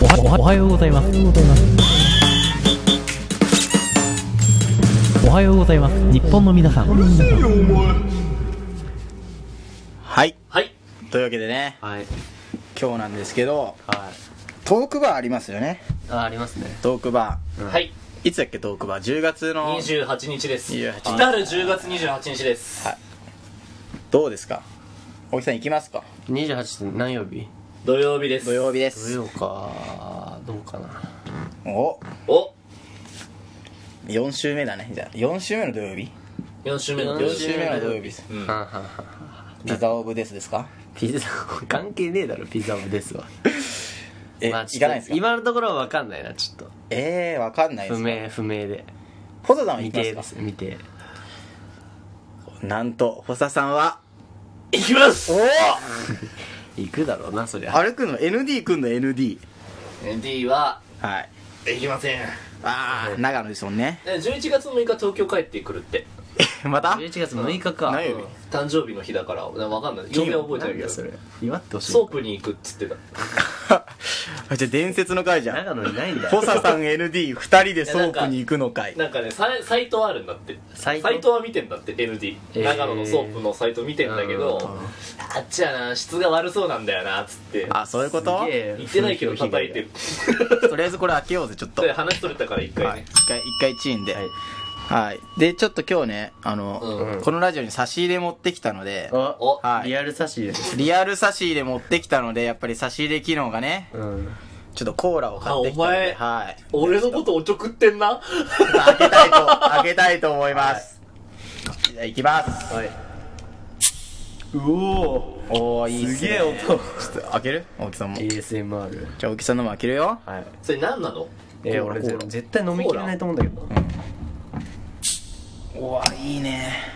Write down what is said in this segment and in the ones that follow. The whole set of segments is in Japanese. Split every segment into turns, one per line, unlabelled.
おはようございます。おはようございます。日本の皆さん。
はい。
はい。
というわけでね、
はい。
今日なんですけど、
はい。
トークバーありますよね。
あ、ありますね。
トークバ
はい。
ー。いつだっけ、トークバー ?10 月の、
28日です。
28日
来たる10月28日です。
どうですか大木さん行きますか
28って何曜日
土曜日です。
土曜日で
土
す。
曜かどうかな
お
お
4週目だね。じゃあ、4週目の土曜日
!4 週目の
4
土
四
曜日。
週目の土曜日です。
はんはんはん
ピザオブですですか
ピザ関係ねえだろピザオブですわ
え、
まあ
行
ち
か
ょっと
ないですか
今のところは分かんないなちょっと
えー、わかんないで
不
す。
明不明で
細田さんは
未
行き
定
ま
ですす未定
かなんと、細田さんは、
いきます
お
行くだろうなそりゃ
歩くの ?ND くんの ND。
!ND は、
はい。
行きません。
あー、長野ですもん ね。
え11月6日東京帰ってくるって。
また
11月6日か
何曜日
誕生日の日だから、なわかんない。嫁は覚えて
な
な
ん
い
だ
けど。
それ祝ってほしい
ソープに行くっつってた。
じゃあ伝説の回じゃん。
長野にないん だ
ポ
よ
サさん ND2 人でソープに行くのかい
なんかね、サイサイトあるんだって。
サイト
は見てんだって、ND。
えー
長野のソープのサイト見てんだけど、あっちはな、質が悪そうなんだよな、っつって。
あそういうこと
すげえ
行ってないけど叩いて る。
とりあえずこれ開けようぜちょっと
で、
は
話取れたから一回ね。
い一回一回チーンでは
はいい、
でちょっと今日ねあの、
うん
このラジオに差し入れ持ってきたので
お
はい
リアル差し入れです
リアル差し入れ持ってきたのでやっぱり差し入れ機能がね
うん
ちょっとコーラを買ってきたのではい
俺のことおちょくってんな。
開けたいと開けたいと思います、じゃあ行きます
はいう
お
おおいいっす、ね、
すげえ音
ちょっと開ける大木さんも
ASMR
じゃあ大木さんのも開けるよ
はい
それ何なの
えー
コーラ
俺
コーラ
絶対飲みきれないと思うんだけど
おわいいね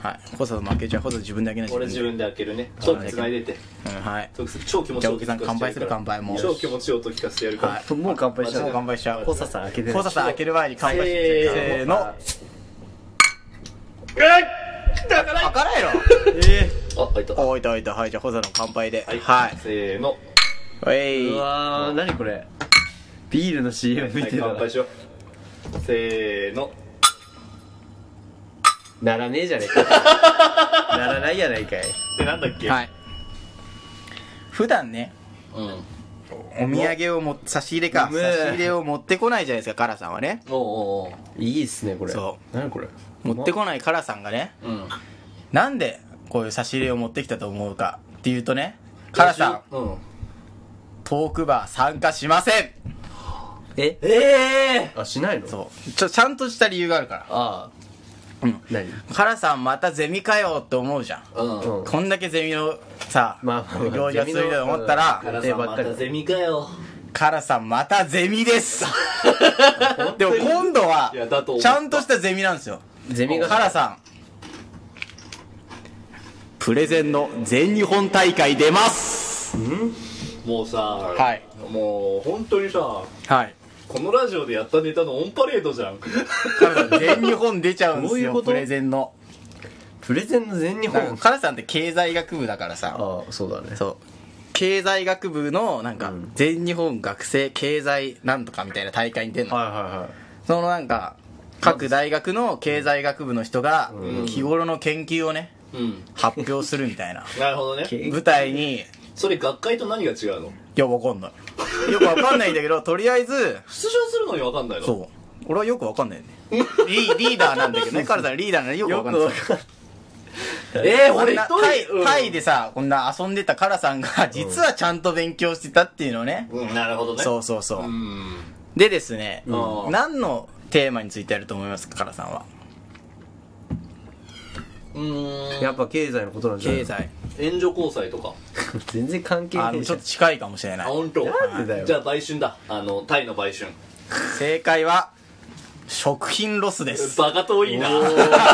はい細田も開けちゃう細田自分で開けない
俺自分で開けるね。ちょっと繋いでて。
うんはい
超気持ち
じゃあ
い
大
い
木
音
さん
聞か
乾
せてや
杯する
から
乾杯もう
超気持ちいい音聞かせてやるから。
もう乾杯し
もう乾杯しちゃおう
コサさん開けてない
コサさん開ける前に乾杯して
せーの
せーの
だから
開かないの
あ、開いた。は。
おおいたおいたはいじゃあコサの乾杯ではいはい
せーの。
おいう
わー何これビールの CM 見
はい、
てる
乾杯しよう。せーの。
ならねえじゃねえか ならないやないかい
で、なんだっけ
はい普段ね
うん。
お土産をも差し入れか
うめ
差
え
し入れを持ってこないじゃないですかカラさんはね
おうおう
いいっすねこれ
そう
何これ
持ってこないカラさんがね
おう。うん。
なんでこういう差し入れを持ってきたと思うかっていうとねカラさん
うん。
トークバー参加しません
え
ええ
あしないの
そうちょちゃんとした理由があるから
ああ
うん
何
カラさんまたゼミかよって思うじゃん
うん。
こんだけゼミのさ、
まあまあまあ
行事が続いたと思った、
からら
ゼ
さ、
ミの
またゼミかよ。
カラさんまたゼミです。でも今度はい
やだと思っ、た
ちゃんとしたゼミなんですよ。
ゼミが
カラさん、プレゼンの全日本大会出ます。
もうさ、
はい
もう本当にさ、
はい。
このラジオでやったネタのオンパレードじゃん。
カラさん全日本出ちゃうんで
ど
す
ういう
よ、
こと
プレゼンの。
プレゼンの全日
なん
本
かカラさんって経済学部だからさ、
ああそうだね
そう。経済学部の、なんか、全日本学生経済なんとかみたいな大会に出るの。
はいはいはい
そのなんか各大学の経済学部の人が日頃の研究をね
うん。
発表するみたいな
なるほどね。
け
舞台にい
それ学会と何が違うの
やわかんないよくわかんないんだけどとりあえず
出場するのに分かんないの
そう俺はよくわかんないねリリーダーなんだけどね彼らリーダーなのによくわかんない
よく
えー、
こ
俺
ん
一
な
人
タイ
うん
タイでさこんな遊んでたカラさんが実はちゃんと勉強してたっていうのをね
うん、なるほどね。。
そうそうそううんでですね
うん
何のテーマについてやると思いますかカラさんは
うーん。
やっぱ経済のことなんじゃない
経済
援助交際とか。
全然関係
あ
ない
の
じ
ち
ゃ
ょっ
ん
と近いかもしれな
あ、
い
本当。
なんでだよ
じゃあ、売春だ。あの、タイの売春。
正解は食品ロスです
バカ遠いな。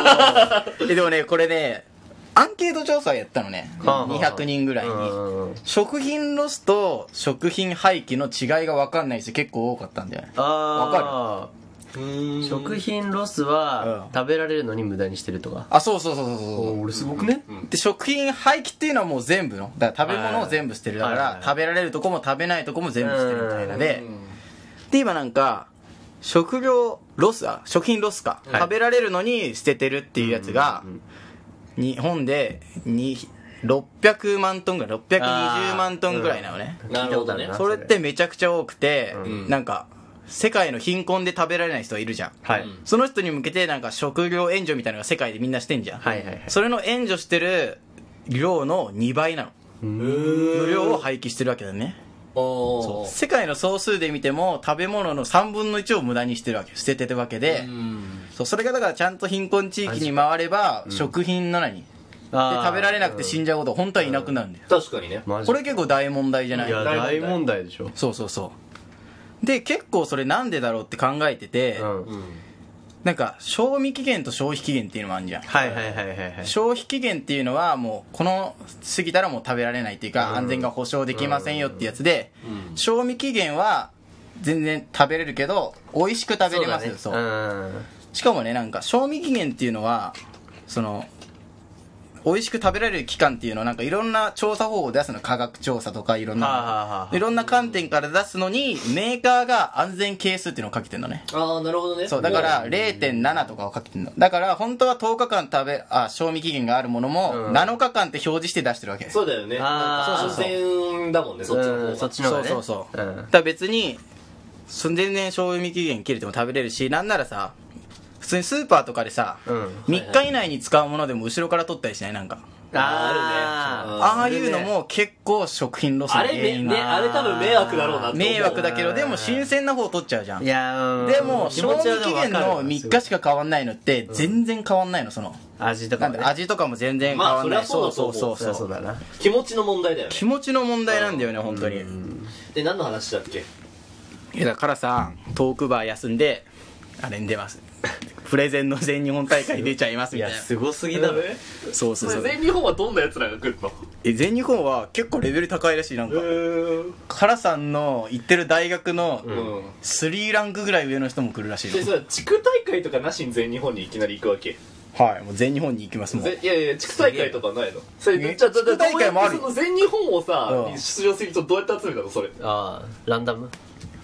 えでもねこれねアンケート調査やったのね
はあはあ
200人ぐらいに
うん
食品ロスと食品廃棄の違いが分かんない人結構多かったんじゃない
ああ
わ
か食品ロスは
うん
食べられるのに無駄にしてるとか
あそうそうそうそうそう
俺すごくね
で食品廃棄っていうのはもう全部のだから食べ物を全部捨てるだか
はいはい
ら
はい
食べられるとこも食べないとこも全部捨てるみたいなでで今なんか食料ロスあ食品ロスか、
はい
食べられるのに捨ててるっていうやつが、日本でに600万トンぐらい620万トンぐらいなのね、
なるほどね
うん
それってめちゃくちゃ多くて、
ん
なんか世界の貧困で食べられない人がいるじゃん、
はい
その人に向けてなんか食料援助みたいなのが世界でみんなしてんじゃん、
はいはいはい
それの援助してる量の2倍なの無料を廃棄してるわけだね
おー
世界の総数で見ても食べ物の3分の1を無駄にしてるわけ捨ててるわけで、
うん
そうそれがだからちゃんと貧困地域に回れば食品の何、で
あー
食べられなくて死んじゃうこと本当はいなくなるんだよ、
確かにね
マジ
これ結構大問題じゃない
いや大問題でしょ
そうそうそうで結構それなんでだろうって考えてて、
うん
なんか賞味期限と消費期限っていうのもあるじゃん
はいはいはいはいはい
消費期限っていうのはもうこの過ぎたらもう食べられないっていうか安全が保証できませんよってやつで賞味期限は全然食べれるけど美味しく食べれますよそう
う,、ん
しかもねなんか賞味期限っていうのはその美味しく食べられる期間っていうのはなんかいろんな調査方法を出すの科学調査とかいろん
はあはあはあ
な
はあ
いろんな観点から出すのにメーカーが安全係数っていうのをかけてるのね
ああなるほどね
そうだから0.7とかをかけてるのだから本当は10日間食べあ賞味期限があるものも
うん
7日間って表示して出してるわけ
そうだよね
あー
なんか安全だもんねそっちの方
う
が
んそっちの方がね
そうそうそう、だ
ん
から別にそ全然賞味期限切れても食べれるしなんならさ普通にスーパーとかでさ、
うん
3日以内に使うものでも後ろから取ったりしないなんか
あー
あるね
ああいうのも結構食品ロスの
あ
原
れね
因
ね
が
あれ多分迷惑だろうなって思う
迷惑だけどでも新鮮な方取っちゃうじゃん
いやー
でも
気
賞
持
味
ちはで
期
もわかる
限の3日しか変わんないのって全然変わんないのその
味と
な
か
ん
も
で
ね
味とかも全然変わんない、
まあそりゃそうだと思う
そ
そ
う
り
そうそ
ゃ
う
そ
そうう
だな
気持ちの問題だよね
気持ちの問題なんだよね本当に
で何の話だっけ
いやだからさトークバー休んであれに出ますプレゼンの全日本大会出ちゃいます
い
みたい
や
な
すごすぎだろ
そうそうそう
全日本はどんなやつらが来るの
え全日本は結構レベル高いらしいなんかからさんの行ってる大学の
うん
3ランクぐらい上の人も来るらしい
で
の
さ地区大会とかなしに全日本にいきなり行くわけ
はいもう全日本に行きますもん
ぜいやいや地区大会とかないのそれ
え
じゃあじゃ
地
あ
区大会もある
どうやってその全日本をさ
うん
出場するとどうやって集めたのそれうん
ああランダム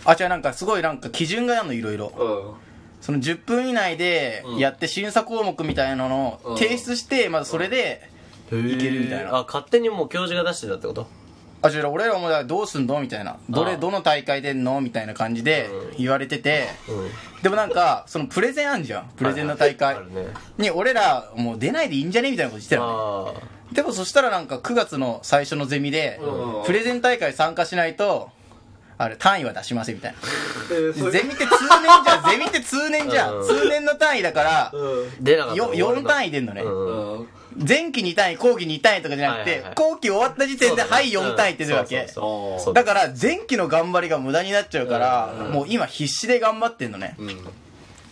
あ違うなんかすごいなんか基準があるのいろいろその10分以内でやって審査項目みたいなのを提出して、まずそれで、
い
けるみたいな
あ勝手にもう教授が出してたってこと
あじゃあ俺らもだからどうすんのみたいなど
あ
れ
あ
どの大会出んのみたいな感じで言われてて、でもなんかそのプレゼンあんじゃんプレゼンの大会
あるね
に俺らもう出ないでいいんじゃねみたいなこと言ってたよね
あ
でもそしたらなんか9月の最初のゼミで、
うん
プレゼン大会参加しないとあれ単位は出しませんみたいな
でそれ
ゼミって通年じゃんゼミって通年じゃ
うんん
通年の単位だから
うん
あ出なかった
よ4単位出んのね、
うん
うん
前期2単位後期2単位とかじゃなくて、
はいはいはい
後期終わった時点で
そうだね
はい4単位って出るわけ、
うんそうそうそう
だから前期の頑張りが無駄になっちゃうから、もう今必死で頑張ってんのね、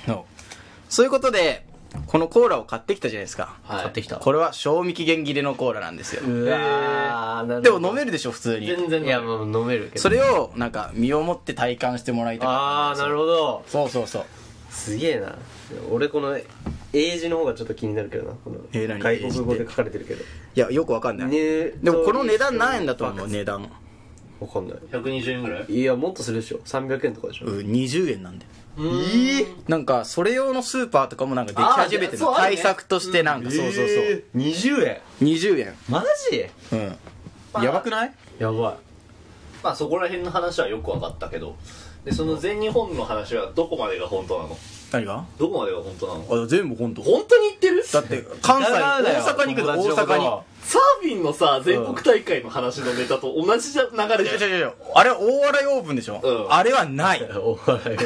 そうそういうことでこのコーラを買ってきたじゃないですか
買ってきた
これは賞味期限切れのコーラなんですよ
うわーなるほ
で
ど
も飲めるでしょ普通に
全然
いやもう飲めるけど
それをなんか身をもって体感してもらいたかっ
ああなるほど
たそうそうそう
すげえな俺この英字の方がちょっと気になるけどなこの
えー何
外国語で書かれてるけど
いやよくわかんない、
ね
でもこの値段何円だと思う値段
わかんない
120円ぐらい
いやもっとするでしょ300円とかでしょ
うん20円なんで
ええ
なんかそれ用のスーパーとかもなんかでき始めてるの
あーそうあ
対
るね
策としてなんか、そうそうそう
えー20円
20円
マジ
うんやばくない
やば
まあそこら辺の話はよく分かったけどでその全日本の話はどこまでが本当なの
何が
どこまでが本当なの
あ全部本当
本当に言ってる
だって関西
だからだよ
大阪に行く
友
と
達
大
の
阪
こ
サーフィンのさ全国大会の話のネタと同じじゃ流れ
にいや
じゃん
いやいやあれは大洗オープンでしょ、
うん
あれはない
とお笑い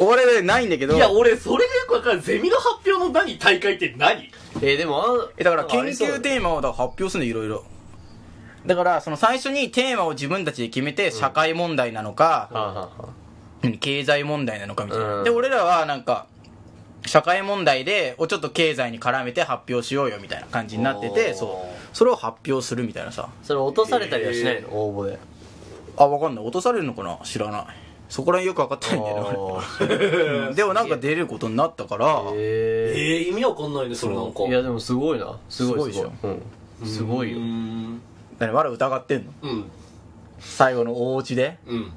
を
大洗でないんだけど
いや俺それがよくわかるゼミの発表の何大会って何
えーでもあ
えだから研
ありそう
究テーマをだから発表するのいろいろだからその最初にテーマを自分たちで決めて社会問題なの
は
か、
あはあはあ
うん経済問題なのかみたいな、
うん
で俺らはなんか社会問題でをちょっと経済に絡めて発表しようよみたいな感じになってて
おー
そうそれを発表するみたいなさ
それ落とされたりはしないの、応募で
あわかんない落とされるのかな知らないそこら辺よく分かってないんだよ ね俺でもなんか出れることになったから
え
えー、意味わかんないねそれなんか
いやでもすごいなすごい
す
すご
ごい
い
で
うんすごいうよ
ん
何まだ疑ってんの
うん
最後の大落ちで
うん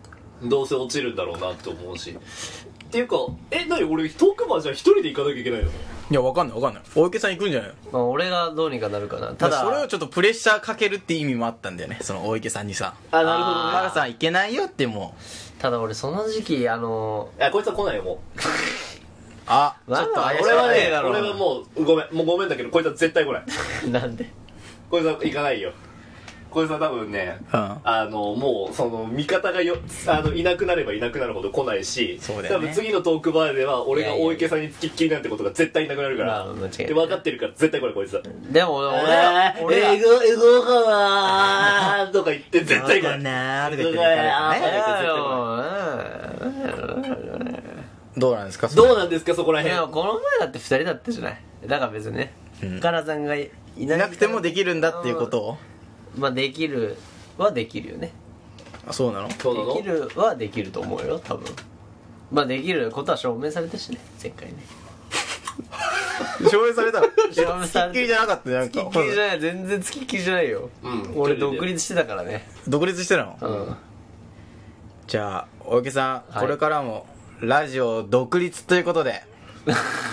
どうせ落ちるんだろうなって思うしっていうかえ何俺トークバーじゃあ一人で行かなきゃいけないの
いや分かんない分かんない大池さん行くんじゃないの
まあ俺がどうにかなるかなた
ただそれを
だ
ちょっとプレッシャーかけるって意味もあったんだよねその大池さんにさ
あなるほど
原さん行けないよってもう
ただ俺その時期あの
あこいつは来ないよもう
あちょ
わざ
っと
わざ
怪し
俺
い
は
ね
ね
えだろ
俺はもうごめんもうごめんだけどこいつは絶対来ない
なんで
こいつは行かないよこいつは多分ね、
うん
あのもうその味方がよあのいなくなればいなくなるほど来ないし、
そうだ
多
よね
分次のトークバーでは俺
い
が
やいやいや
大池さんに付きっきりなんてことが絶対いなくなるから、
まあ間違いない
で分かってるから絶対これこいつだ
でも俺は俺は
行こう行こうかなーとか言って絶対来ない
なーとか言って
行こう
る
か
から
な
ね
いやいやいや
どうなんですかそれ
どうなんですかそこら
いや
辺
この前だって二人だったじゃないだから別にね
うん
カラさんがいい
いなくてもできるんだっていうことを
まあできるはできるよね
あそうなの
そうな
で
の
きるはできると思うよ多分まあできることは証明されたしね前回ね
証明されたの
証明された
つきっきりじゃなかったなん
つき
か
っきりじゃない全然つきっきりじゃないよ、
うん
俺
一人で
独立してたからね
独立してたの
うん
じゃあ大池さん、
はい
これからもラジオ独立ということで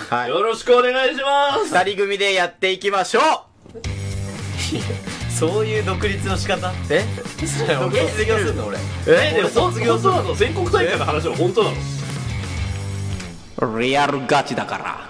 はい
よろしくお願いします
二人組でやっていきましょう
そういう独立の仕方
え
独立できるの俺
えでも卒業するの全国大会の話は本当なの
リアルガチだから